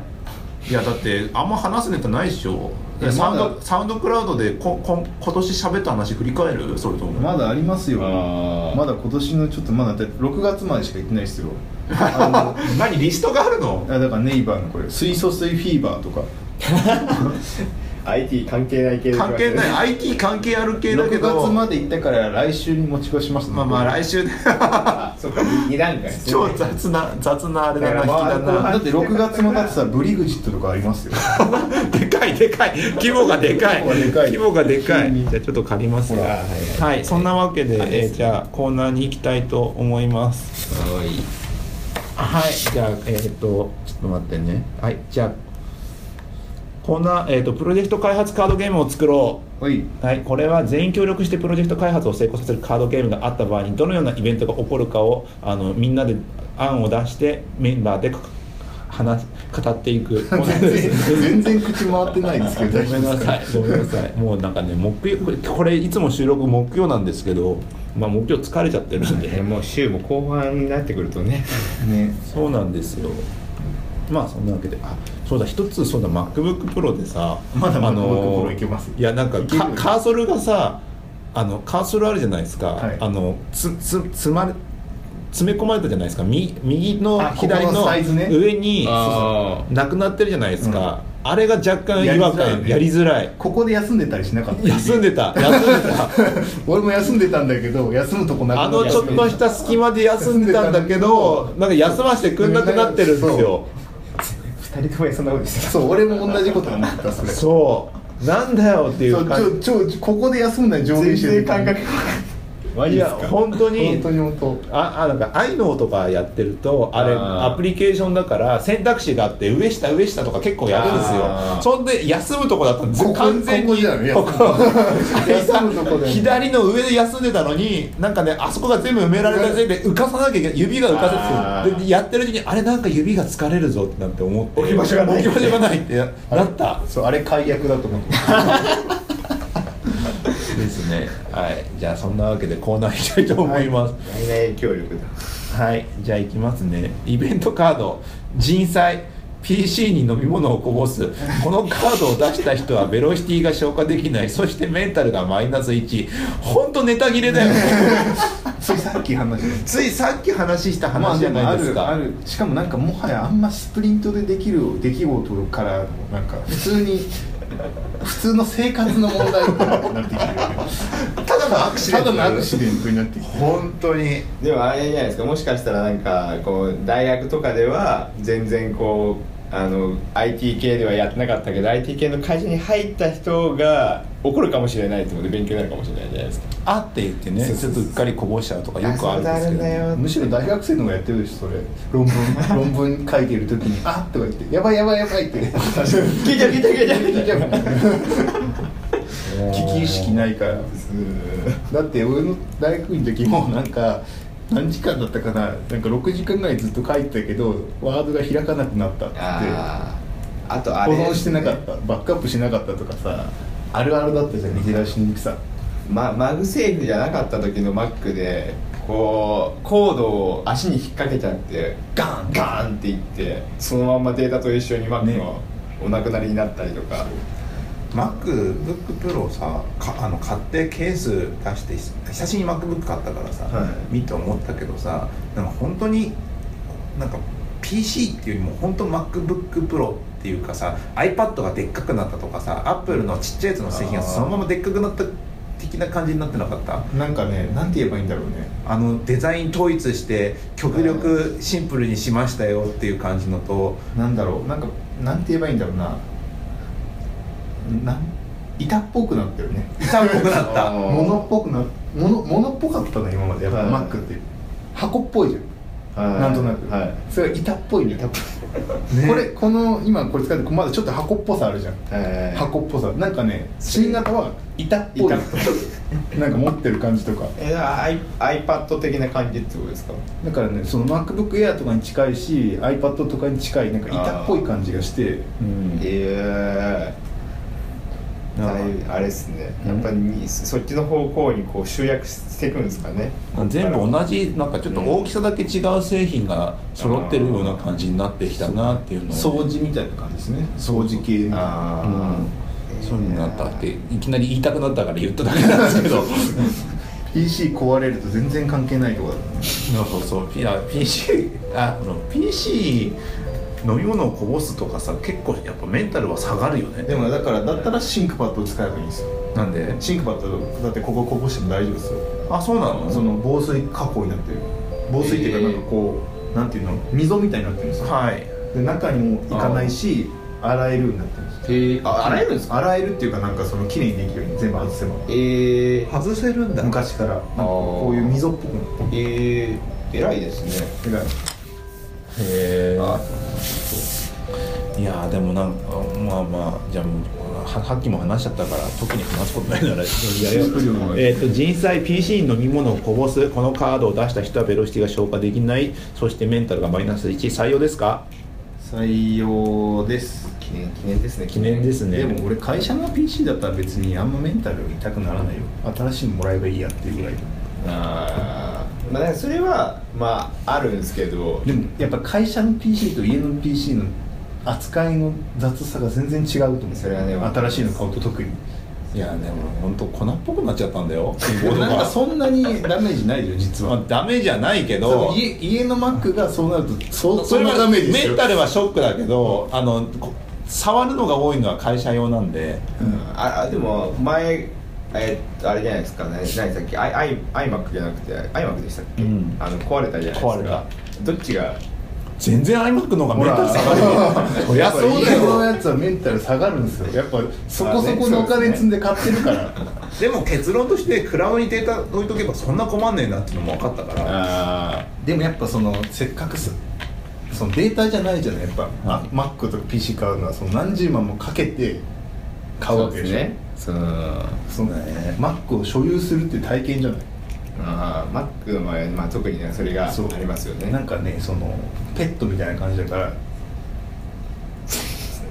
S1: いやだってあんま話すネタないっしょ
S2: いや
S1: サウン
S2: ま
S1: ド
S2: だ
S1: サウンドクラウドでここ今年喋った話振り返るそれとも
S2: まだありますよ
S3: あー
S2: まだ今年のちょっとまだだって6月までしか行ってないですよ
S1: 何リストがあるの
S2: あだからネイバーのこれ水素水フィーバーとか
S3: IT 関係ない系で
S1: 関係ない
S3: い
S1: IT 関係ある系だけ
S2: 6
S1: ど
S2: 月まで行ったから来週に持ち越します
S1: まあまあ来 週ね
S3: あそうか二段階ですね
S1: 超雑な雑なあれだな引
S3: だ
S1: き
S3: からまあ
S1: だ
S3: 後半
S1: な
S2: だって6月もだってさブリグジットとかありま すよ
S1: でかいでかい規模がでかい
S2: 規模 がでかい
S1: 規模がでか
S2: 急
S1: い
S2: に
S1: じゃあちょっと借ります
S3: あー
S1: が
S3: はい
S1: はい、そんなわけで、えーじゃあコーナーに行きたいと思います
S3: はいはい
S1: はいじゃあえっ、とちょっと待ってねはいじゃあコーナー、えー、とプロジェクト開発カードゲームを作ろう
S2: おい
S1: はい、これは全員協力してプロジェクト開発を成功させるカードゲームがあった場合にどのようなイベントが起こるかをあのみんなで案を出してメンバーで話語ってい く
S2: 全然口回ってないですけど
S1: ごめんなさい、ごめんなさい、もうなんかね、木曜、これ、これいつも収録木曜なんですけど。まあ、木曜疲れちゃってるん
S3: で
S1: で、
S3: もう週も後半になってくるとね
S2: ね
S1: そうなんですよ。まあ、そんなわけで、あ、そうだ、一つ、そうだ、マックブックプロでさ。
S2: まだ
S1: あの
S2: MacBook Pro いけます
S1: いや、なんか
S2: いける
S1: カ、カーソルがさ、あの、カーソルあるじゃないですか、
S2: はい
S1: あの、つ、つ、つまれ。詰め込まれたじゃないですか、み、右の
S2: あここの
S1: 左の
S2: サイズね
S1: 上に。
S3: あー
S1: なくなってるじゃないですか、あれが若干違和感や
S2: や
S1: り
S2: り
S1: づらい
S2: ここで休んでたりしなかった
S1: 休んで た休んでた
S2: 俺も休んでたんだけど休むとこなくな
S1: あのちょっとした隙間で休んでたんだけどなんか休ませてくんなくなってるんですよ
S3: 二人とも休んだことです
S2: そう俺も同じこと思ったそれそう
S1: そうなんだよっていう感じ
S2: ちょちょここで休んだら上限してる感覚
S3: マ
S1: い
S3: ジで
S1: や
S3: すか
S1: 本当に
S2: 本当に本当
S1: ああなんか i n とかやってるとあれ
S3: あー
S1: アプリケーションだから選択肢があって上下上下とか結構やるんです
S3: あ
S1: よ
S3: ー
S1: そんで休むとこだったんです
S2: ここ
S1: 完全
S2: ここ
S1: に
S2: じゃん休む休むとこだよね
S1: 左の上で休んでたのになんかねあそこが全部埋められたせいで浮かさなきゃいけない指が浮か
S3: あ
S1: せ
S3: ー
S1: てでやってる時にあれなんか指が疲れるぞってなんて思って
S3: 置き場所がない
S1: 置き場所がないってななった
S2: そうあれ解約だと思って
S1: ですねはいじゃあそんなわけでコーナーいきたいと思います、
S3: 大な影響力だ
S1: はい、じゃあ行きますね。イベントカード、人災、PC に飲み物をこぼす。このカードを出した人はベロシティが消化できない。そしてメンタルがマイナス1。ほんとネタ切れだよね。
S2: ついさっき話し て
S1: ついさっき話した話じゃないですか。
S2: あ、でもあるあるしかもなんかもはやあんまスプリントでできる出来事からのなんか普通に普通の生活の問題になってきてる ただのアクシデントただのアクシデントになってきてる
S5: 本当に
S3: でもあれじゃないですかもしかしたらなんかこう大学とかでは全然こうあの IT 系ではやってなかったけど IT 系の会社に入った人が怒るかもしれないってことで勉強になるかもしれないじゃないですか
S1: あって言ってね、
S3: そう
S1: ち
S3: そ
S1: ょ
S3: う
S1: っとうっかりこぼしちゃうとかよくあるんですけど、
S3: あそうだよ
S2: むしろ大学生の方がやってるでしょそれ論文論文書いてる時に「あっ!」とか言って「やばいやばいやばい」って聞
S3: 聞いちゃう聞いちゃう聞いちゃう
S2: いちゃう危機意識ないからだって俺の大学院の時もなんか何時間だったかななんか6時間ぐらいずっと書いてたけどワードが開かなくなったって
S3: あーあとあ
S2: 保
S3: れ
S2: 存してなかったバックアップしなかったとかさあるあるだったじゃん見出しにくさ
S3: ま、マグセーフじゃなかった時の Mac でこうコードを足に引っ掛けちゃってガンガンっていってそのまんまデータと一緒に Mac
S2: ね
S3: のお亡くなりになったりとか、
S5: MacBookPro をさかあの買ってケース出してひ久しぶりに MacBook 買ったからさ、
S3: はい
S5: 見て思ったけどさなんか本当になんか PC っていうよりも本当 MacBookPro っていうかさ iPad がでっかくなったとかさ Apple のちっちゃいやつの製品がそのままでっかくなった的な感じになってなかった
S2: なんかねなんて言えばいいんだろうね
S5: あのデザイン統一して極力シンプルにしましたよっていう感じのと
S2: なんだろうなんかなんて言えばいいんだろうななん板っぽくなったよね
S5: 痛っぽくなった
S3: あー
S2: 物っぽくな物物っぽかったな今までやっぱ
S3: はい
S2: マックって箱っぽいじゃん
S3: はい
S2: なんとなく、
S3: はい
S2: それは板っぽいね板っぽい、
S5: ね
S2: これこの今これ使ってまだちょっと箱っぽさあるじゃん
S3: えー
S2: 箱っぽさなんかね新型は板っぽ
S3: 板っ
S2: いなんか持ってる感じとか
S3: えー、アイ iPad 的な感じってことですか
S2: だからねその MacBookAir とかに近いし iPad とかに近いなんか板っぽい感じがして
S1: うん
S3: ええ
S1: なんか
S3: あれですね
S1: うん
S3: やっぱりそっちの方向にこう集約していくんですかね
S1: 全部同じなんかちょっと大きさだけ違う製品が揃ってるような感じになってきたなっていうのを
S2: 掃除みたいな感じですね掃除系みたいな
S3: あ
S1: そういうのになったっていきなり言いたくなったから言っただけなんです けど
S2: PC 壊れると全然関係ないとこだね
S6: そうそうピあ PC あこの PC 飲み物をこぼすとかさ結構やっぱメンタルは下がるよね
S2: でもだからだったらシンクパッドを使えばいいんですよ
S6: なんで
S2: シンクパッドだってこここぼしても大丈夫ですよ
S6: あそうなの
S2: その防水加工になってる防水っていうかなんかこう、なんていうの溝みたいになってるんですよ
S6: はい
S2: で中にもいかないし洗えるようになってるんですよ
S3: えー、あ洗えるんですか
S2: 洗えるっていうかなんかその綺麗にできるように全部外せば
S3: ええ
S5: 外せるんだ
S2: 昔からなんかこういう溝っぽくなって
S3: ええ偉いですね
S2: るだから
S1: へー
S3: あ
S1: いやーでもなんかまあまあじゃあもうはさっきも話しちゃったから特に話すことないならやるよえーと人災 PC に飲み物をこぼすこのカードを出した人はベロシティが消化できないそしてメンタルがマイナス1採用ですか
S2: 採用です
S3: 記念記念ですね
S1: 記念ですね
S2: でも俺会社の PC だったら別にあんまメンタル痛くならないよ新しいのもらえばいいやっていうぐらい
S3: あーまあだからそれはまああるんですけど
S2: でもやっぱ会社の PC と家の PC の扱いの雑さが全然違うと思う
S3: それはね
S2: 新しいの買うと特に
S1: いやーでも本当粉っぽくなっちゃったんだよキーボード
S2: なんか
S1: が
S2: そんなにダメージないじゃん実
S1: ま
S2: は
S1: あ、ダメじゃないけ
S2: 多
S1: ど
S2: 分家家の Mac がそうなるとそ
S1: そ
S2: そ
S1: れ
S2: んな
S1: は
S2: ダメージです
S1: メ
S2: よ
S1: ンタルはショックだけどあのこ触るのが多いのは会社用なんで
S3: ああでも前えーっとあれじゃないですかね何でしたっけアイアイアイマックじゃなくてアイマックでしたっけ、
S1: うん
S3: あの壊れたじゃないですか
S1: 壊れた
S3: どっちが
S1: 全然 iMac の方がメンタル下がるよ そりゃそうだ
S2: この
S1: よ
S2: やつはメンタル下がるんですよやっぱそこそこのお金積んで買ってるから
S7: でも結論としてクラウドにデータ置いとけばそんな困んねえなっていうのも分かったから
S3: あ
S2: でもやっぱそのせっかくすそのデータじゃないじゃないやっぱ、あ Mac とか PC 買うのはその何十万もかけて
S3: あ
S2: 買うわけでしょ
S3: そうですね
S2: その Mac を所有するっていう体験じゃない
S3: そのああマックの場合、まあ、特にねそれがありますよね
S2: なんかねそのペットみたいな感じだから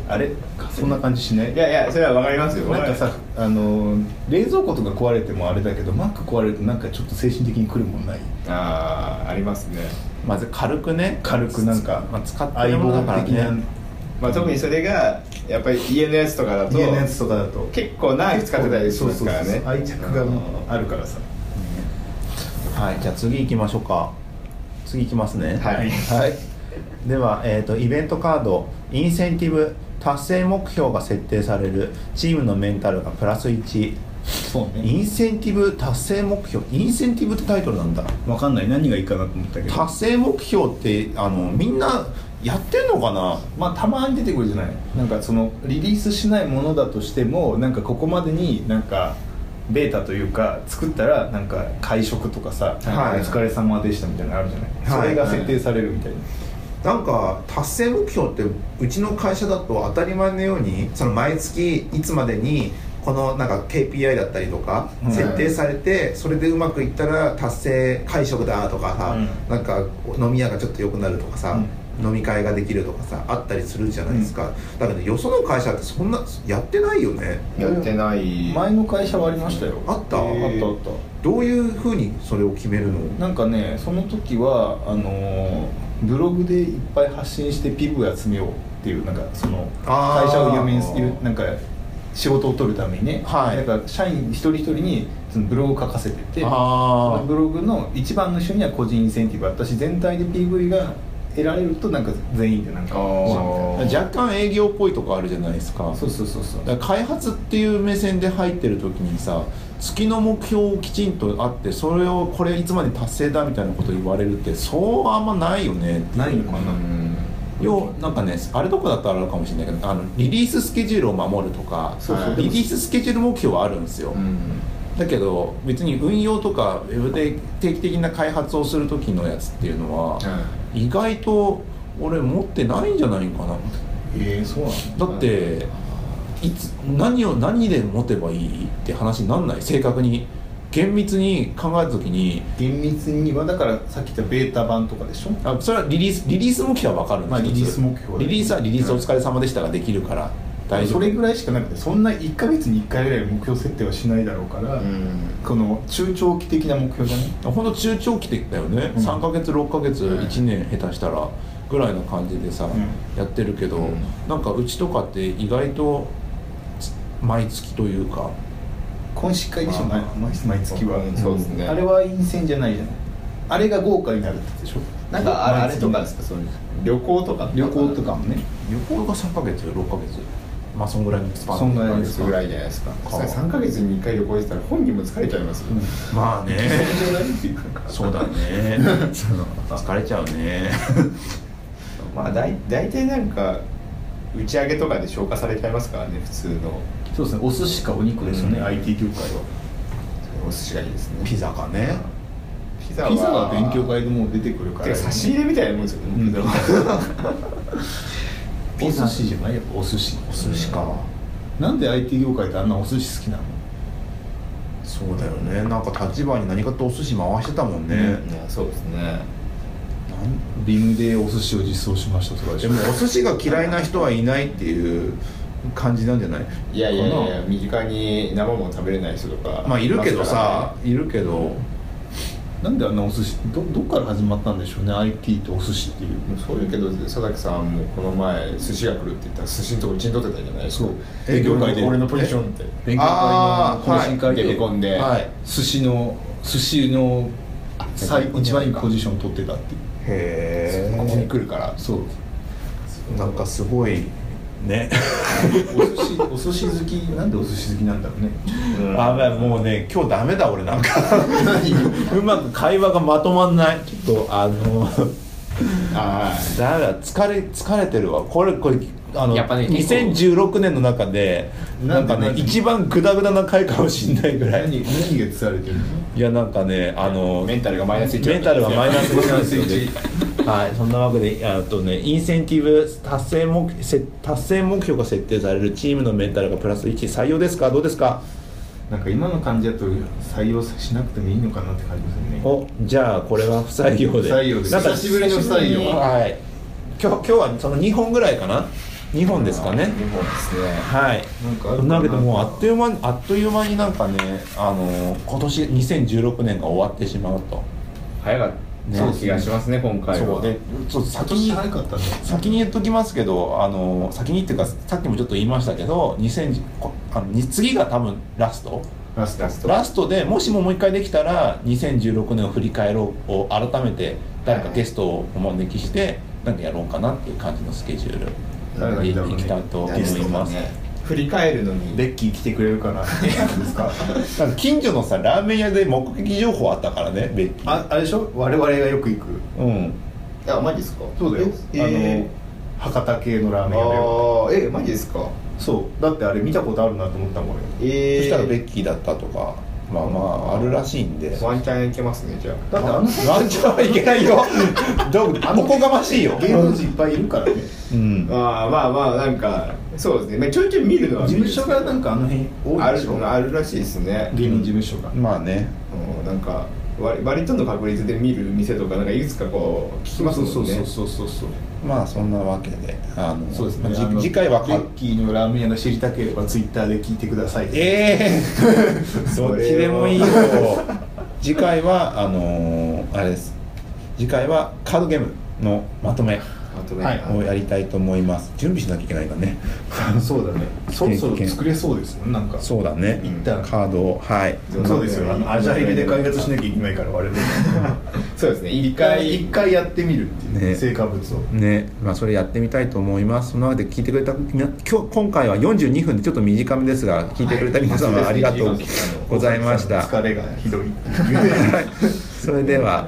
S2: あれそんな感じしない
S3: いやいやそれはわかりますよ
S2: なんかさあの冷蔵庫とか壊れてもあれだけど Mac 壊れるとなんかちょっと精神的にくるもんない
S3: ああありますね、
S1: まず軽くね
S2: 軽くなんか
S1: まあ使って
S2: 相
S1: るも
S2: 棒
S1: のだから
S2: 的な
S1: ね
S3: まあ、特にそれがやっぱり家のやつとかだと
S2: 家のやつとかだと
S3: 結構長く使ってたりしますから
S2: そうそう
S3: ね
S2: そう愛着がもうあるからさ
S1: はいじゃあ次行きましょうか次行きますね
S3: はい
S1: はい、では、えー、とイベントカードインセンティブ達成目標が設定されるチームのメンタルがプラス1
S2: そう
S1: インセンティブ達成目標インセンティブってタイトルなんだ
S2: 分かんない何がいいかなと思ったけど
S1: 達成目標ってあのみんなやってんのかな
S2: まあたまに出てくるじゃないなんかそのリリースしないものだとしてもなんかここまでになんかベータというか作ったらなんか会食とかさ「なんか
S7: はい
S2: お疲れ様でした」みたいなのあるじゃない、
S7: はい
S2: それが設定されるみたいな、
S7: なんか達成目標ってうちの会社だと当たり前のようにその毎月いつまでにこのなんか KPI だったりとか
S2: うん
S7: 設定されてそれでうまくいったら達成会食だとかさ、
S2: うん
S7: なんか飲み屋がちょっと良くなるとかさ、飲み会ができるとかさあったりするじゃないですか、だけどよその会社ってそんなやってないよね
S3: やってない
S2: 前の会社はありましたよ
S7: あった
S2: あったあっ
S7: どういうふうにそれを決めるの
S2: たなんかねその時はあのーブログでいっぱい発信して PV 集めようっていうなんかその
S7: あー
S2: 会社を有名にするなんか仕事を取るためにね、
S1: はい
S2: なんか社員一人一人にそのブログを書かせててその
S1: あ
S2: ブログの一番の一緒には個人インセンティブあったし全体で PV が得られるとなんか全員でなんか
S3: あー
S2: みたい
S1: 若干営業っぽいとこあるじゃないですか
S2: なそうそうそうそう
S1: だから開発っていう目線で入ってる時にさ月の目標をきちんとあってそれをこれいつまで達成だみたいなこと言われるってそうあんまないよね
S2: ないのかな、
S3: うん
S1: 要なんかねあれどこだったらあるかもしれないけどあのリリーススケジュールを守るとか
S2: そうそう
S3: はい
S1: リリーススケジュール目標はあるんですよ、
S3: うん
S1: だけど別に運用とかウェブで定期的な開発をする時のやつっていうのは、意外と俺持ってないんじゃないかな
S2: ええそうなの
S1: だっていつ何を何で持てばいいって話になんない正確に厳密に考えた時に
S2: 厳密にはだからさっき言ったベータ版とかでしょ
S1: あそれはリリースリリース目標は分かるんです
S2: まあ
S1: 一つ
S2: リリース目標
S1: リリースはリリースお疲れ様でしたができるから大丈夫
S2: それぐらいしかなくてそんな1か月に1回ぐらい目標設定はしないだろうから、
S3: うん
S2: この中長期的な目標じゃない
S1: ほんと中長期的だよね、
S2: うん
S1: 3ヶ月6ヶ月
S3: うん
S1: 1年下手したらぐらいの感じでさ、
S2: ん
S1: やってるけど、
S3: うん
S1: なんかうちとかって意外とつ毎月というか
S2: 今週会でしょ毎毎月は、
S3: うんそうですね
S2: あれは陰線じゃないじゃないあれが豪華になるってことでしょ
S3: なんかあれあれとかで
S2: 毎
S3: すかそういう旅行とか
S2: 月旅行とかもね
S1: 旅行が3ヶ月6ヶ月まあそんぐらいのスパン
S2: そんぐら
S3: 1
S2: い
S3: ヶ
S2: です
S3: 月
S2: か
S3: ぐらいじゃないですか
S1: か
S3: それ3ヶ月に1回旅行したら本人も疲れちゃいますよ、
S1: まあ ねそうだね疲れちゃうね
S3: まあだい大体なんか打ち上げとかで消化されちゃいますからね普通の
S2: そうですねお寿司かお肉ですよね、
S1: うん
S2: IT 業界は
S3: お寿司がいいですね
S1: ピザかね
S3: ピザは
S2: ピザは勉強会でもう出てくるか
S3: て
S2: ら
S3: か差し入れみたいなもんですよ
S2: うん
S3: ね、
S2: お寿司じゃないやっぱお寿司
S1: お寿司か
S2: なんで IT 業界ってあんなお寿司好きなの
S1: そうだよねなんか立場に何かとお寿司回してたもんね、
S3: いやそうですね
S2: ビムでお寿司を実装しましたとかでし
S1: で
S2: ょ
S1: もお寿司が嫌いな人はいないっていう感じなんじゃない
S3: いやいやいや身近に生もの食べれない人とか
S1: まあいるけど
S3: ますから
S1: さいるけど
S2: なんであんなお寿司どどっから始まったんでしょうね IT とお寿司っていう
S3: ねそういうけど佐々木さんもこの前寿司が来るって言ったら寿司のとこに陣取ってたじゃないですか
S2: そう
S3: 営
S2: 営
S3: 業
S2: 業
S3: 会
S2: 会
S3: で
S2: で
S3: 俺のポジションって
S2: 勉強会の懇親会
S3: はい
S2: で、
S3: デビコンで
S1: はい
S2: 寿司の寿司の最一番いいポジションを取ってたっていう
S1: へ
S3: ここに来るから
S2: そう
S1: えんかすごいね
S2: お寿司お寿司好きなんでお寿司好きなんだろうね
S1: あまあもうね今日ダメだ俺なん かうまく会話がまとまんないちょっとあの
S3: あ
S1: だめだ疲れ疲れてるわこれこれあの、
S8: やっぱね結構
S1: 2016年の中で
S2: な
S1: なんん
S2: で
S1: かね
S2: なんで
S1: 一番グダグダな回かもしんないぐらい
S2: 何何が釣られてるの
S1: いやなんかねあ
S3: あ
S1: の
S3: メンタルがマイナス1
S1: メンタルがマイナス
S2: マイナ
S1: です
S2: ス
S1: よね
S2: 一
S1: はい、そんなわけで、あとね、インセンティブ達成目せ達成目標が設定されるチームのメンタルがプラス1、採用ですか、どうですか、
S2: なんか今の感じだと採用しなくてもいいのかなって感じですよね
S1: おじゃあ、これは不採用で、
S2: 不採用です
S1: なんか
S2: 久しぶりの不採用
S1: はい、今日今日はその2本ぐらいかな、2本ですかね、
S3: 日本ですね
S1: はい、
S2: なんかあ
S1: そ
S2: るかなん
S1: なわけで、もうあっという間にあっという間になんかね、あの今年2016年が終わってしまうと、
S3: 早かっ
S1: ね
S3: た気がしますね今回は
S1: そうで、ちょっと先
S2: 年
S1: に
S2: 早かったね
S1: 先に言っときますけどあの先にっていうかさっきもちょっと言いましたけど2000こあのに次が多分ラスト
S2: ラスト
S3: ラスト
S1: ラストでもしももう一回できたら2016年を振り返ろうを改めて誰かゲストをお招きして何かやろうかなっていう感じのスケジュール
S2: 誰がいいだろう
S1: いきたい
S2: ね
S1: と思います、
S3: 振り返るのに
S2: ベッキー来てくれるか なですか
S1: なんか近所のさラーメン屋で目撃情報あったからねベッキー
S2: ああれでしょ我々がよく行く
S1: うん
S3: あマジですか
S2: そうだよ
S3: ええ
S2: あの博多系のラーメン屋だよ
S3: ああえマジですか
S2: そうだってあれ見たことあるなと思ったもん俺
S3: ええ
S1: そしたらベッキーだったとかまあまああるらしいんで
S3: ワンチャンいけますねじゃ
S2: だってあの
S1: ランチャーはいけないよどうおこがましいよ
S2: 芸能人いっぱいいるからね
S1: うん
S3: あああまあまあなんかそうですねまあちょいちょい見るのは
S2: 事
S3: 見る
S2: 務所がなんかあの辺多
S3: あ
S2: いで
S3: る
S2: しょ
S3: あるらしいですね
S2: 芸能事務所が
S1: まあね
S3: うんなんか割割との確率で見る店とかなんかいくつかこう聞きますもんね
S2: そうそうそうそうそう
S1: まあそんなわけであの
S2: そうですね、
S1: まあじ
S2: あの
S1: 次回は
S2: ベ
S1: か
S2: ッキーのラーメン屋が知りたければツイッターで聞いてください
S1: ええどっちでもいいよ次回はあのーあれです次回はカードゲームのまとめ
S3: あとね、
S2: は
S1: をやりたいと思います準備しなきゃいけないんだね
S2: そうだねそろそろ作れそうですよなんか
S1: そうだね
S2: 一旦
S1: カードをはい
S2: そうですよあのアジャイルで開発しなきゃいけないから我々
S3: そうですね入り
S2: 一
S3: 替
S2: 回一回やってみるっていう、
S1: ね
S2: 成果物を
S1: ねまあ、それやってみたいと思いますそのわけで聞いてくれたみな今日今回は42分でちょっと短めですが聞いてくれた皆様ありがとうございました
S2: 疲れがひどいっていう
S1: はいそれでは